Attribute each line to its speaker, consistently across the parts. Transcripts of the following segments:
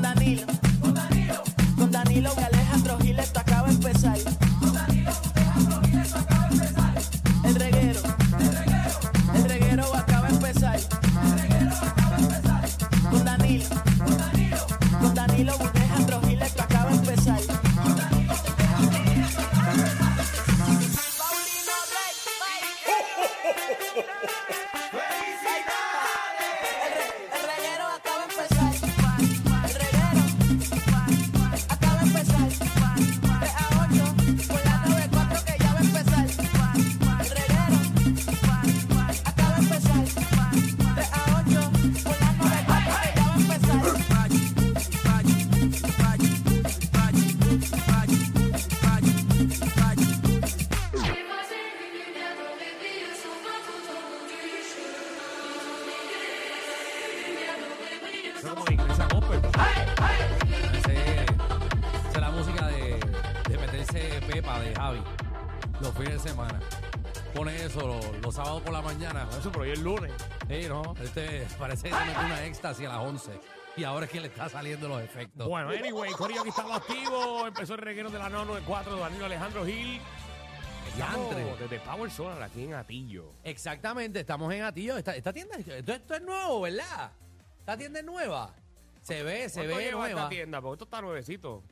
Speaker 1: Danilo. Con Danilo y Alejandro Gil, esto acaba de empezar. El reguero. El reguero acaba de empezar. Con Danilo. Con Danilo y Alejandro Gil, esto acaba de empezar. Paulino Rey, El reguero acaba de empezar. El reguero acaba de empezar. 3 a 8 por la 94 que ya va a empezar. El reguero acaba de empezar. 3 a 8 por la 94 que ya va a empezar.
Speaker 2: Somos Iglesia Gospel. Ese- Esa es la música de, de meterse pepa de Javi los fines de semana. Pone eso lo- los sábados por la mañana.
Speaker 3: Eso, pero hoy es lunes.
Speaker 2: Sí, no, este parece que se metió una éxtasis a las 11. Y ahora es que le está saliendo los efectos.
Speaker 3: Bueno, eh, anyway, Corillo aquí estamos activo. Empezó el reguero de la 994 de Danilo Alejandro Gil. Estamos
Speaker 2: Diantre.
Speaker 3: desde Power Solar aquí en Atillo.
Speaker 2: Exactamente, estamos en Atillo. Esta, esta tienda, esto, esto es nuevo, ¿verdad? Esta tienda es nueva. Se ve, se
Speaker 3: ¿Cuánto
Speaker 2: ve
Speaker 3: lleva
Speaker 2: nueva.
Speaker 3: esta tienda? Porque esto está nuevecito.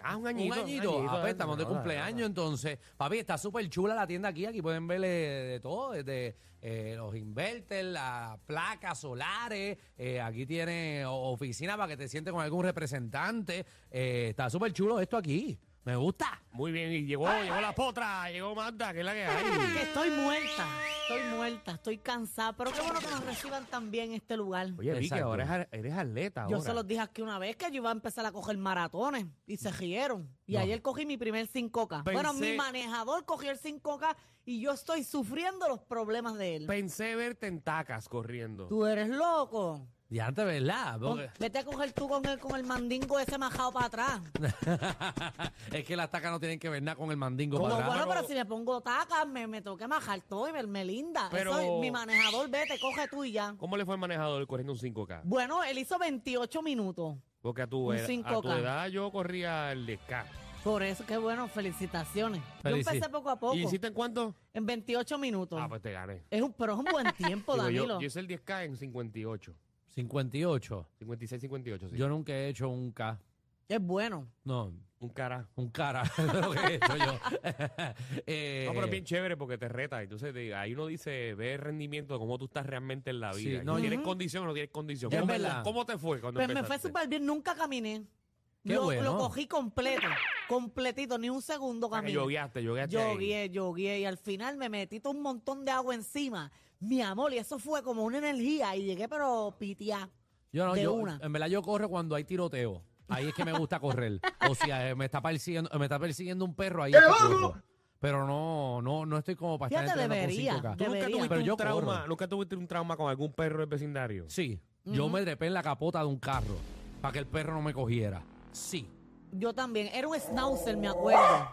Speaker 3: Ah, un
Speaker 2: Un
Speaker 3: añito.
Speaker 2: añito, Ah, pues, estamos de
Speaker 3: Nada,
Speaker 2: cumpleaños
Speaker 3: nada.
Speaker 2: entonces. Papi, está súper chula la tienda aquí. Aquí pueden ver eh, de todo, desde eh, los inverters, las placas solares. eh, aquí tiene o- oficina para que te sientes con algún representante. Eh, está súper chulo esto aquí. Me gusta.
Speaker 3: Muy bien, y llegó, llegó la potra, llegó Magda, que es la que hay.
Speaker 4: Que estoy muerta, estoy muerta, estoy cansada, pero qué bueno que nos reciban tan bien este lugar.
Speaker 3: Oye, Vicky,
Speaker 2: Exacto.
Speaker 3: ahora eres, eres atleta.
Speaker 4: Yo
Speaker 3: ahora.
Speaker 4: se los dije aquí una vez que yo iba a empezar a coger maratones y se rieron. Y
Speaker 2: No.
Speaker 4: ayer cogí mi primer 5K. Bueno,
Speaker 3: Pensé-
Speaker 4: mi manejador cogió el 5K y yo estoy sufriendo los problemas de él.
Speaker 3: Pensé verte en tacas corriendo.
Speaker 4: Tú eres loco.
Speaker 2: Y antes, ¿verdad?
Speaker 4: Pon-
Speaker 2: Porque-
Speaker 4: Vete a coger tú con el, con el mandingo ese majado para atrás.
Speaker 2: es que las tacas no tienen que ver nada con el mandingo
Speaker 4: Como,
Speaker 2: para atrás.
Speaker 4: bueno,
Speaker 3: pero-
Speaker 4: pero si me pongo tacas, me, me toque majar todo y verme linda.
Speaker 3: Pero-
Speaker 4: Eso es- mi manejador, vete, coge tú y ya.
Speaker 3: ¿Cómo le fue el manejador corriendo un 5K?
Speaker 4: Bueno, él hizo 28 minutos.
Speaker 3: Porque a tu,
Speaker 4: Un
Speaker 3: edad- a
Speaker 4: 5K.
Speaker 3: tu edad yo corría el 10K.
Speaker 4: Por eso, qué bueno, felicitaciones.
Speaker 2: Felici-
Speaker 4: Yo empecé poco a poco,
Speaker 3: ¿Y hiciste en cuánto?
Speaker 4: en 28 minutos.
Speaker 3: Ah, pues te gané.
Speaker 4: Es un, pero es un buen tiempo,
Speaker 3: Digo,
Speaker 4: Danilo.
Speaker 3: yo, yo hice el 10K en 58.
Speaker 2: 58.
Speaker 3: 56, 58, sí.
Speaker 2: Yo nunca he hecho un K.
Speaker 4: Es bueno.
Speaker 2: No,
Speaker 3: un cara.
Speaker 2: un cara. lo que he hecho yo. Eh,
Speaker 3: No, pero es bien chévere porque te reta. Entonces te- ahí uno dice, ve el rendimiento de cómo tú estás realmente en la
Speaker 2: Sí,
Speaker 3: vida.
Speaker 2: no,
Speaker 3: no,
Speaker 2: y-
Speaker 3: ¿Tienes condición o no tienes condición?
Speaker 2: Es
Speaker 3: ¿Cómo,
Speaker 2: verdad.
Speaker 3: cómo te fue cuando
Speaker 4: Pues me fue
Speaker 3: empezaste?
Speaker 4: súper bien, nunca caminé.
Speaker 2: Qué
Speaker 4: lo,
Speaker 2: bueno.
Speaker 4: lo cogí completo, completito, ni un segundo
Speaker 3: Ah, que
Speaker 4: caminé.
Speaker 3: yogueaste, yogueaste ahí.
Speaker 4: Yogué, yogué, y al final me metí todo un montón de agua encima. Mi amor, y eso fue como una energía, y llegué pero pitiá.
Speaker 2: Yo no,
Speaker 4: de
Speaker 2: yo,
Speaker 4: una.
Speaker 2: en verdad yo corro cuando hay tiroteo. Ahí es que me gusta correr. O sea, eh, me está persiguiendo, me está persiguiendo un perro ahí. es que corro. Pero no, no, no estoy como para estar
Speaker 4: Fíjate,
Speaker 2: entrenando con
Speaker 4: debería,
Speaker 2: 5K.
Speaker 3: ¿Tú nunca
Speaker 4: Debería.
Speaker 3: tuviste,
Speaker 2: Pero
Speaker 3: un
Speaker 2: yo
Speaker 3: trauma,
Speaker 2: corro.
Speaker 3: nunca tuviste un trauma con algún perro del vecindario?
Speaker 2: Sí, yo me trepé en la capota de un carro para que el perro no me cogiera. Sí,
Speaker 4: Yo también, era un schnauzer, me acuerdo.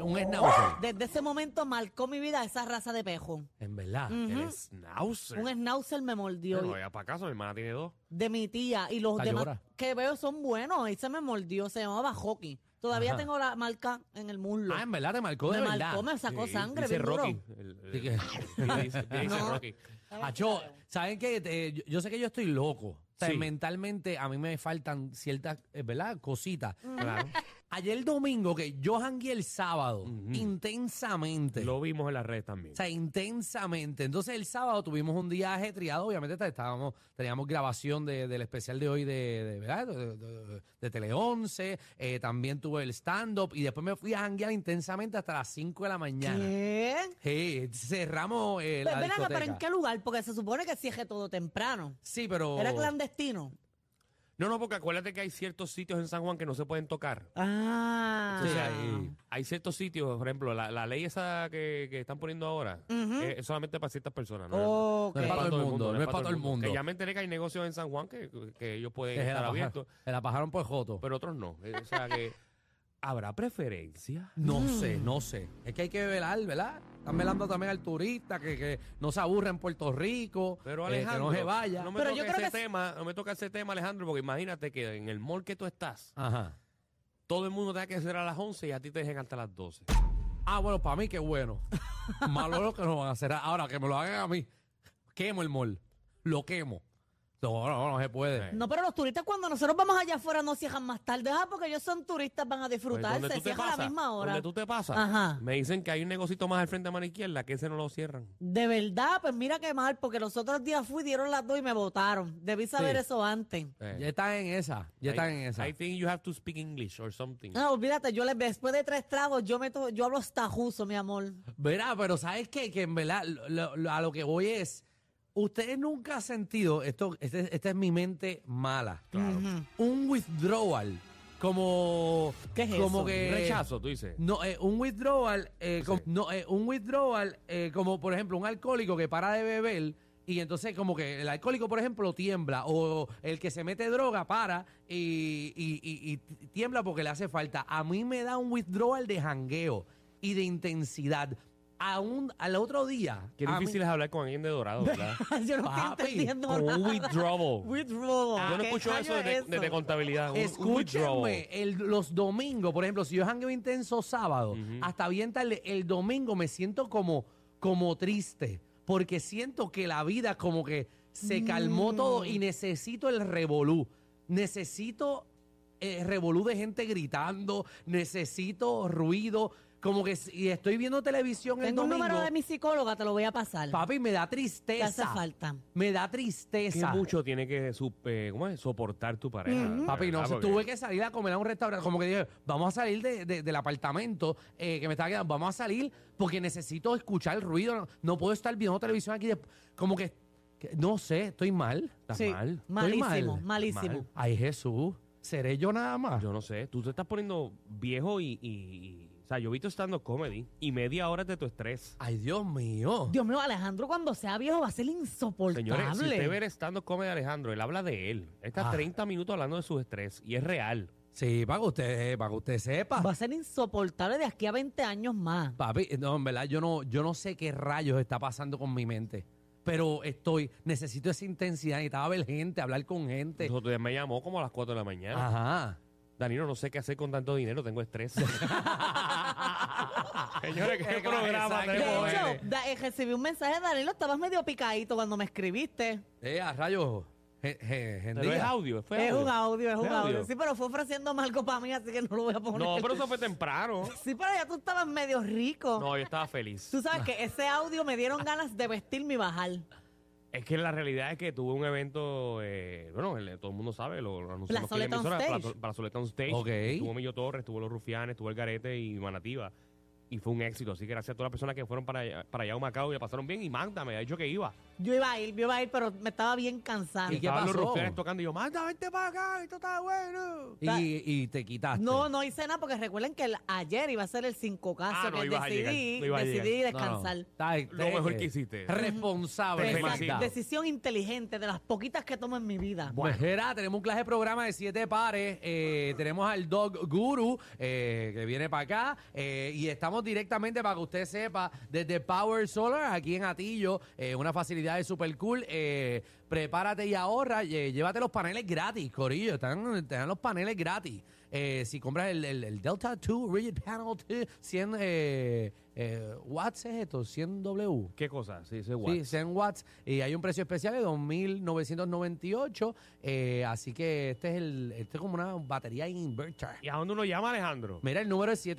Speaker 2: un schnauzer.
Speaker 4: Desde ese momento marcó mi vida esa raza de pejo.
Speaker 2: En verdad.
Speaker 3: El schnauzer.
Speaker 4: Un schnauzer me mordió.
Speaker 3: Bueno, ya para acaso mi hermana tiene dos.
Speaker 4: de mi tía y los
Speaker 2: La
Speaker 4: demás
Speaker 2: llora.
Speaker 4: que veo son buenos. Y se me mordió, se llamaba Hockey. Todavía
Speaker 2: Ajá.
Speaker 4: tengo la marca en el muslo.
Speaker 2: Ah, en verdad te marcó de
Speaker 4: me
Speaker 2: verdad.
Speaker 4: marcó, me sacó
Speaker 3: Sí,
Speaker 4: sangre,
Speaker 3: dice
Speaker 4: bien duro.
Speaker 3: Rocky. El- el-
Speaker 2: Así que-
Speaker 3: dice- dice
Speaker 4: No.
Speaker 3: Rocky.
Speaker 2: Acho, ¿saben qué? Eh, yo, yo sé que yo estoy loco. O sea,
Speaker 3: Sí.
Speaker 2: mentalmente a mí me faltan ciertas, eh, ¿verdad? Cositas.
Speaker 3: Claro.
Speaker 2: Ayer domingo, que yo jangué el sábado intensamente.
Speaker 3: Lo vimos en las redes también.
Speaker 2: O sea, intensamente. Entonces el sábado tuvimos un día ajetreado, obviamente ta- estábamos, teníamos grabación de- del especial de hoy de, de, ¿verdad? de, de- de Tele 11, eh, también tuve el stand-up y después me fui a janguear intensamente hasta las 5 de la mañana.
Speaker 4: ¿Qué?
Speaker 2: Sí, cerramos eh,
Speaker 4: Pero,
Speaker 2: la
Speaker 4: ven acá,
Speaker 2: discoteca.
Speaker 4: pero ¿en qué lugar? Porque se supone que cierre todo temprano.
Speaker 2: Sí, pero...
Speaker 4: Era clandestino.
Speaker 3: No, no, porque acuérdate que hay ciertos sitios en San Juan que no se pueden tocar.
Speaker 4: Ah.
Speaker 3: O
Speaker 2: Sí,
Speaker 3: sea,
Speaker 2: ahí.
Speaker 3: hay ciertos sitios, por ejemplo, la, la ley esa que, que están poniendo ahora es, es solamente para ciertas personas. No,
Speaker 4: Ok.
Speaker 2: No Oh, es para todo el mundo, no es para todo el mundo.
Speaker 3: Que ya me enteré que hay negocios en San Juan que, que ellos pueden
Speaker 2: Eh, se
Speaker 3: estar
Speaker 2: la,
Speaker 3: abiertos,
Speaker 2: pajaron, se la pajaron por Joto.
Speaker 3: pero otros no. Eh, O sea que habrá preferencia.
Speaker 4: Mm.
Speaker 2: No sé, no sé. Es que hay que velar, ¿verdad? Están velando también al turista que, que no se aburra en Puerto Rico,
Speaker 3: Pero
Speaker 2: eh,
Speaker 3: Alejandro,
Speaker 2: que no se vaya.
Speaker 3: no me
Speaker 4: Pero
Speaker 3: toca
Speaker 4: yo creo
Speaker 3: ese
Speaker 4: que-
Speaker 3: tema, no me toca ese tema, Alejandro, porque imagínate que en el mall que tú estás,
Speaker 2: Ajá.
Speaker 3: todo el mundo te da que cerrar a las 11 y a ti te dejen hasta las 12.
Speaker 2: Ah, bueno, para mí qué bueno. Malo lo que nos van a hacer. Ahora que me lo hagan a mí. Quemo el mall. Lo quemo. No, no, no se puede.
Speaker 4: No, pero los turistas cuando nosotros vamos allá afuera no cierran más tarde, ah, porque ellos son turistas, van a
Speaker 3: Pues
Speaker 4: disfrutar,
Speaker 3: donde
Speaker 4: se
Speaker 3: tú te
Speaker 4: cierran a la
Speaker 3: pasas,
Speaker 4: misma hora.
Speaker 3: Donde tú te pasas,
Speaker 4: Ajá.
Speaker 3: me dicen que hay un negocito más al frente a mano izquierda, que ese no lo cierran.
Speaker 4: De verdad, pues mira qué mal, porque los otros días fui, dieron las dos y me votaron. Debí saber
Speaker 2: Sí.
Speaker 4: eso antes.
Speaker 3: Eh,
Speaker 2: Ya están en esa. Ya
Speaker 3: I-
Speaker 2: están en esa.
Speaker 3: I think you have to speak English or something.
Speaker 4: No, olvídate, yo les, después de tres tragos, yo me to- yo hablo hasta justo, mi amor.
Speaker 2: Verá, pero ¿sabes qué? Que en verdad lo- lo- lo- a lo que voy es, ustedes nunca han sentido, esto, este- esta es mi mente mala,
Speaker 4: Ujú.
Speaker 2: un withdrawal, como,
Speaker 4: ¿Qué es
Speaker 2: como
Speaker 4: eso?
Speaker 2: que...
Speaker 3: Un rechazo, tú dices.
Speaker 2: No, eh, un withdrawal, eh, com- no, eh, un withdrawal eh, como por ejemplo un alcohólico que para de beber y entonces como que el alcohólico por ejemplo tiembla o el que se mete droga para y, y- y- y t- tiembla porque le hace falta. A mí me da un withdrawal de jangueo y de intensidad. A un- al otro día.
Speaker 3: Qué
Speaker 2: a mí-
Speaker 3: difícil es hablar con alguien de dorado, ¿verdad?
Speaker 4: yo no
Speaker 2: Papi,
Speaker 4: estoy entendiendo
Speaker 3: con
Speaker 4: nada.
Speaker 3: un withdrawal.
Speaker 4: Withdrawal.
Speaker 3: Oh. Yo no
Speaker 4: Ah, ¿Qué
Speaker 3: escucho
Speaker 4: coño
Speaker 3: eso
Speaker 4: es
Speaker 3: desde, desde contabilidad. un- un withdrawal.
Speaker 2: Escúchenme, el- los domingos, por ejemplo, si yo jangueo intenso sábado, hasta bien tarde, el domingo me siento como, como triste, porque siento que la vida como que se calmó
Speaker 4: Mm.
Speaker 2: todo y necesito el revolú. Necesito eh, revolú de gente gritando, necesito ruido, como que si estoy viendo televisión el
Speaker 4: Tengo un
Speaker 2: domingo,
Speaker 4: número de mi psicóloga, te lo voy a pasar.
Speaker 2: papi, me da
Speaker 4: Te hace
Speaker 2: tristeza.
Speaker 4: falta.
Speaker 2: Me da
Speaker 3: Qué
Speaker 2: tristeza.
Speaker 3: mucho tiene que sup- eh, ¿cómo es? soportar tu pareja.
Speaker 2: Papi,
Speaker 3: ¿verdad?
Speaker 2: no, se-
Speaker 3: Ah, Porque-
Speaker 2: tuve que salir a comer a un restaurante. Como que dije, vamos a salir de- de- del apartamento eh, que me estaba quedando. Vamos a salir porque necesito escuchar el ruido. No, no puedo estar viendo televisión aquí. de- como que, que- no sé, estoy mal.
Speaker 3: Estás
Speaker 4: Sí,
Speaker 3: mal.
Speaker 2: Estoy
Speaker 4: Malísimo,
Speaker 2: mal.
Speaker 4: malísimo.
Speaker 3: Mal.
Speaker 2: Ay, Jesús, ¿seré yo nada más?
Speaker 3: Yo no sé. Tú te estás poniendo viejo y. y- y- o sea, yo vi tu stand-up comedy y media hora de tu estrés.
Speaker 2: Ay, Dios mío.
Speaker 4: Dios mío, Alejandro, cuando sea viejo va a ser insoportable.
Speaker 3: Señores, si usted ve el stand-up comedy de Alejandro, él habla de él. Él Está
Speaker 2: Ah.
Speaker 3: 30 minutos hablando de su estrés y es real.
Speaker 2: Sí, para que usted, para que usted sepa.
Speaker 4: Va a ser insoportable de aquí a 20 años más.
Speaker 2: Papi, no, en verdad, yo no, yo no sé qué rayos está pasando con mi mente. Pero estoy, necesito esa intensidad. Necesitaba ver gente, hablar con gente.
Speaker 3: Nosotros me llamó como a las 4 de la
Speaker 2: Ah.
Speaker 3: mañana.
Speaker 2: Ajá.
Speaker 3: Danilo, no sé qué hacer con tanto dinero, tengo estrés. Señores,
Speaker 2: qué programa
Speaker 4: De
Speaker 2: Qué
Speaker 4: hecho,
Speaker 2: bueno.
Speaker 4: da- eh, recibí un mensaje de Danilo, estabas medio picadito cuando me escribiste.
Speaker 2: Eh, a rayos. Je- je-
Speaker 3: Pero es
Speaker 2: Gendía.
Speaker 3: audio, fue
Speaker 4: Es un audio, es
Speaker 3: ¿De
Speaker 4: un audio.
Speaker 3: audio?
Speaker 4: Sí, pero fue ofreciéndome algo para mí, así que no lo voy a poner.
Speaker 3: No, pero eso fue temprano.
Speaker 4: Sí, pero ya tú estabas medio rico.
Speaker 3: No, yo estaba feliz.
Speaker 4: Tú sabes que ese audio me dieron ganas de vestirme y bajar.
Speaker 3: Es que la realidad es que tuve un evento, eh, bueno, el- todo el mundo sabe, lo, lo anunció
Speaker 4: Plazoleta on
Speaker 3: para,
Speaker 4: Stage.
Speaker 3: Plazoleta on Stage.
Speaker 2: Ok.
Speaker 3: Estuvo Millo Torres, estuvo Los Rufianes, estuvo El Garete y Manativa. Y fue un éxito, así que gracias a todas las personas que fueron para, allá- para allá a Macao y la pasaron bien. Y Magda me había dicho que iba.
Speaker 4: Yo iba a ir, yo iba a ir, pero me estaba bien cansada.
Speaker 2: ¿Y qué
Speaker 3: Estaban Los
Speaker 2: pasó?
Speaker 3: Rufianes tocando y yo, Magda, vente para acá, esto está bueno.
Speaker 2: Y, y te quitaste.
Speaker 4: No, no hice nada porque recuerden que el- ayer iba a ser el 5 caso
Speaker 3: Ah, no
Speaker 4: que
Speaker 3: ibas a llegar,
Speaker 4: decidí,
Speaker 3: no ibas a
Speaker 4: decidí
Speaker 2: No, no.
Speaker 4: descansar.
Speaker 2: Está-
Speaker 3: Lo mejor que hiciste.
Speaker 2: Responsable.
Speaker 3: Te
Speaker 4: Esa
Speaker 2: Magda.
Speaker 3: felicito.
Speaker 4: decisión inteligente de las poquitas que tomo en mi vida.
Speaker 2: Bueno, Gerard, Pues tenemos un clase de programa de siete pares. eh, tenemos al Dog Guru eh, que viene para acá. eh, y estamos directamente para que usted sepa desde Power Solar aquí en Atillo. eh, una facilidad de super cool. eh, prepárate y ahorra. eh, llévate los paneles gratis, Corillo. Están, te dan los paneles gratis. Eh, si compras el, el- el Delta 2 Rigid Panel 2, 100 eh, eh, watts es esto, 100 W.
Speaker 3: ¿Qué cosa? Sí, ese
Speaker 2: Sí, 100 watts. Y hay un precio especial de 2.998. eh, así que este es el, este es como una batería inverter.
Speaker 3: ¿Y a dónde uno llama, Alejandro?
Speaker 2: Mira, el número es eh,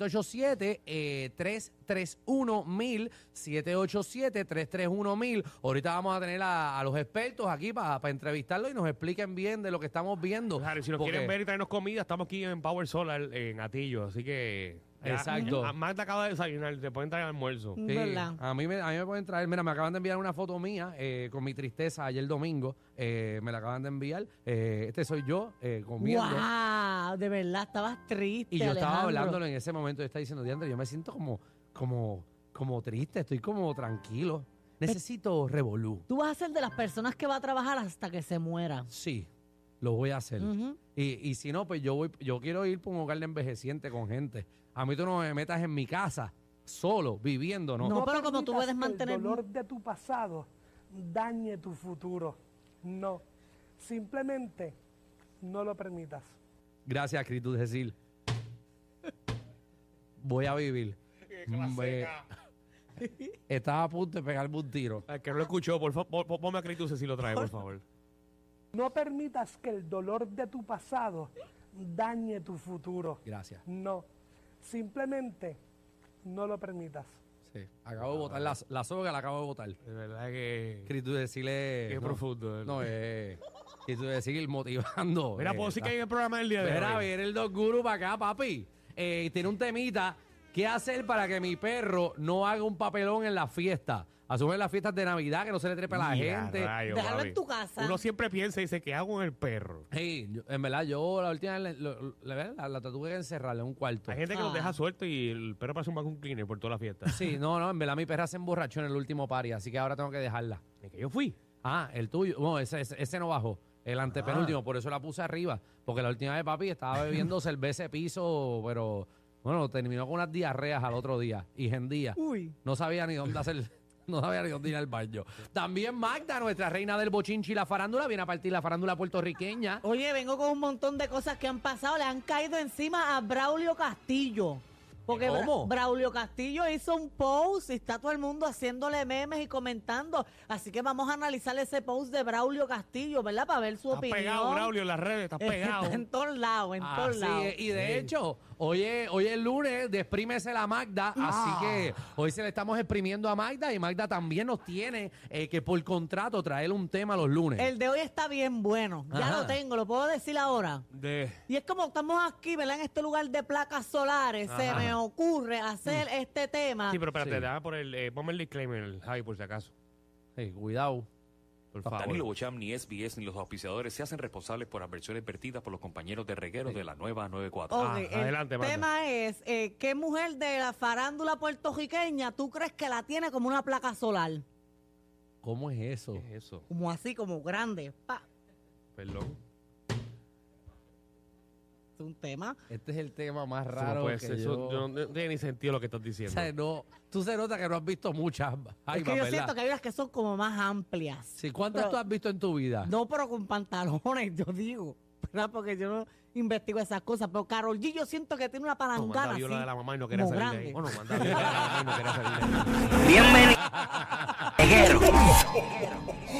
Speaker 2: 787-331-1000. 787-331-1000. Ahorita vamos a tener a, a los expertos aquí para entrevistarlos y nos expliquen bien de lo que estamos viendo.
Speaker 3: Claro, y si nos
Speaker 2: Porque-
Speaker 3: quieren ver y traernos comida, estamos aquí en Power Solar, en Atillo, así que... ya-
Speaker 2: Exacto.
Speaker 3: Ah, Magda acaba de desayunar, te pueden traer almuerzo.
Speaker 2: Sí,
Speaker 4: ¿Verdad?
Speaker 2: a, mí me, a mí me pueden traer, mira, me acaban de enviar una foto mía eh, con mi tristeza ayer domingo, eh, me la acaban de enviar, eh, este soy yo eh, comiendo.
Speaker 4: ¡Wow! De verdad, estabas triste.
Speaker 2: Y yo estaba
Speaker 4: Alejandro.
Speaker 2: hablándolo en ese momento, yo estaba diciendo, Diandre, yo me siento como, como, como triste, estoy como tranquilo. Necesito revolú.
Speaker 4: Tú vas a ser de las personas que va a trabajar hasta que se muera.
Speaker 2: Sí, lo voy a hacer.
Speaker 4: Ujú.
Speaker 2: y, y si no, pues yo voy, yo quiero ir por un hogar de envejeciente con gente. A mí tú no me metas en mi casa. solo, viviendo, ¿no?
Speaker 4: No. pero como tú puedes
Speaker 5: permitas que
Speaker 4: mantener-
Speaker 5: El dolor de tu pasado dañe tu futuro. No. Simplemente no lo permitas.
Speaker 2: Gracias, Cristo Cecil. Voy a vivir. Me- Estaba a punto de pegarme un tiro.
Speaker 3: Al que no lo escuchó, por favor, pon- ponme a Cristo si lo trae, por favor.
Speaker 5: No permitas que el dolor de tu pasado dañe tu futuro.
Speaker 2: Gracias.
Speaker 5: No. Simplemente no lo permitas.
Speaker 2: Sí. Acabo de botar la, la soga, la acabo de botar.
Speaker 3: De verdad que.
Speaker 2: Cristo Cecil es.
Speaker 3: Qué profundo, ¿verdad?
Speaker 2: No, eh. Cristo Cecil motivando.
Speaker 3: Mira,
Speaker 2: eh,
Speaker 3: puedo decir
Speaker 2: la-
Speaker 3: que hay en el programa del día de
Speaker 2: Espera, eh,
Speaker 3: hoy.
Speaker 2: viene el Dog Guru para acá, papi. Eh, tiene un temita. ¿Qué hacer para que mi perro no haga un papelón en la fiesta? Asume las fiestas de Navidad, que no se le trepe a la
Speaker 3: Mira,
Speaker 2: gente.
Speaker 3: rayos,
Speaker 4: Déjalo
Speaker 3: papi.
Speaker 4: en tu casa.
Speaker 3: Uno siempre piensa y dice, ¿qué hago con el perro?
Speaker 2: Hey, yo- en verdad, yo la última vez la, la, la- la tuve que encerrarla en un cuarto.
Speaker 3: Hay gente que los
Speaker 4: Ah.
Speaker 3: deja suelto y el perro pasa un vacuum cleaner por toda la fiesta.
Speaker 2: Sí, no, no, en verdad mi perra se emborrachó en el último party, así que ahora tengo que dejarla.
Speaker 3: Es que yo fui.
Speaker 2: Ah, el tuyo. No, ese, ese- ese no bajó. El antepenúltimo, por eso la puse arriba. Porque la última vez, papi, estaba bebiendo cerveza de piso, pero bueno, terminó con unas diarreas al otro día. Y en día.
Speaker 4: Uy.
Speaker 2: No sabía ni dónde hacer. No sabía ni dónde ir al baño. También Magda, nuestra reina del bochinchi y la farándula, viene a partir la farándula puertorriqueña.
Speaker 4: Oye, vengo con un montón de cosas que han pasado. Le han caído encima a Braulio Castillo. Porque Bra-
Speaker 2: ¿Cómo?
Speaker 4: Braulio Castillo hizo un post y está todo el mundo haciéndole memes y comentando. Así que vamos a analizar ese post de Braulio Castillo, ¿verdad? Para ver su
Speaker 3: Estás
Speaker 4: opinión.
Speaker 3: pegado, Braulio, en las redes, estás pegado.
Speaker 4: Está en todos lados, en todos
Speaker 2: Así
Speaker 4: lados.
Speaker 2: es, Y de hecho, hoy es, hoy es lunes, desprímese la Magda,
Speaker 4: Ah.
Speaker 2: así que hoy se le estamos exprimiendo a Magda y Magda también nos tiene eh, que por contrato traer un tema los lunes.
Speaker 4: El de hoy está bien bueno. Ya
Speaker 2: Ajá.
Speaker 4: lo tengo, lo puedo decir ahora.
Speaker 3: De...
Speaker 4: Y es como estamos aquí, ¿verdad? En este lugar de placas solares, se
Speaker 3: Ajá. Mm.
Speaker 4: me ocurre hacer este tema.
Speaker 3: Sí, pero espérate,
Speaker 2: Sí.
Speaker 3: dame por el, eh, ponme el disclaimer, Javi, por si acaso.
Speaker 2: Sí, cuidado.
Speaker 3: Por favor.
Speaker 6: Danilo Bocham, ni SBS, ni los auspiciadores se hacen responsables por adversiones vertidas por los compañeros de reguero de la nueva 94.
Speaker 4: Ok,
Speaker 3: Ah,
Speaker 4: el
Speaker 3: adelante, Magda.
Speaker 4: tema es, eh, ¿qué mujer de la farándula puertorriqueña tú crees que la tiene como una placa solar?
Speaker 2: ¿Cómo es eso?
Speaker 3: ¿Qué es eso?
Speaker 4: Como así, como grande. Pa.
Speaker 3: Perdón.
Speaker 4: Es un tema.
Speaker 2: Este es el tema más
Speaker 3: Eso no
Speaker 2: raro
Speaker 3: puede
Speaker 2: que
Speaker 3: ser, eso
Speaker 2: yo...
Speaker 3: no- no tiene ni sentido lo que estás diciendo.
Speaker 2: O sea, no- tú se nota que no has visto muchas. Ay,
Speaker 4: es que yo
Speaker 2: papelá.
Speaker 4: siento que hay unas que son como más amplias.
Speaker 2: Sí, ¿Cuántas
Speaker 4: Pero-
Speaker 2: tú has visto en tu vida?
Speaker 4: No, pero con pantalones, yo digo. ¿Verdad? Porque yo no investigo esas cosas. Pero Carol G, yo siento que tiene una
Speaker 3: No, manda
Speaker 4: palangana así.
Speaker 3: viola de la mamá y no quería
Speaker 4: como
Speaker 3: salir de ahí.
Speaker 4: grande.
Speaker 3: Bueno, manda viola de la mamá y no quería salir de ahí.
Speaker 7: Bienvenido. Reguero.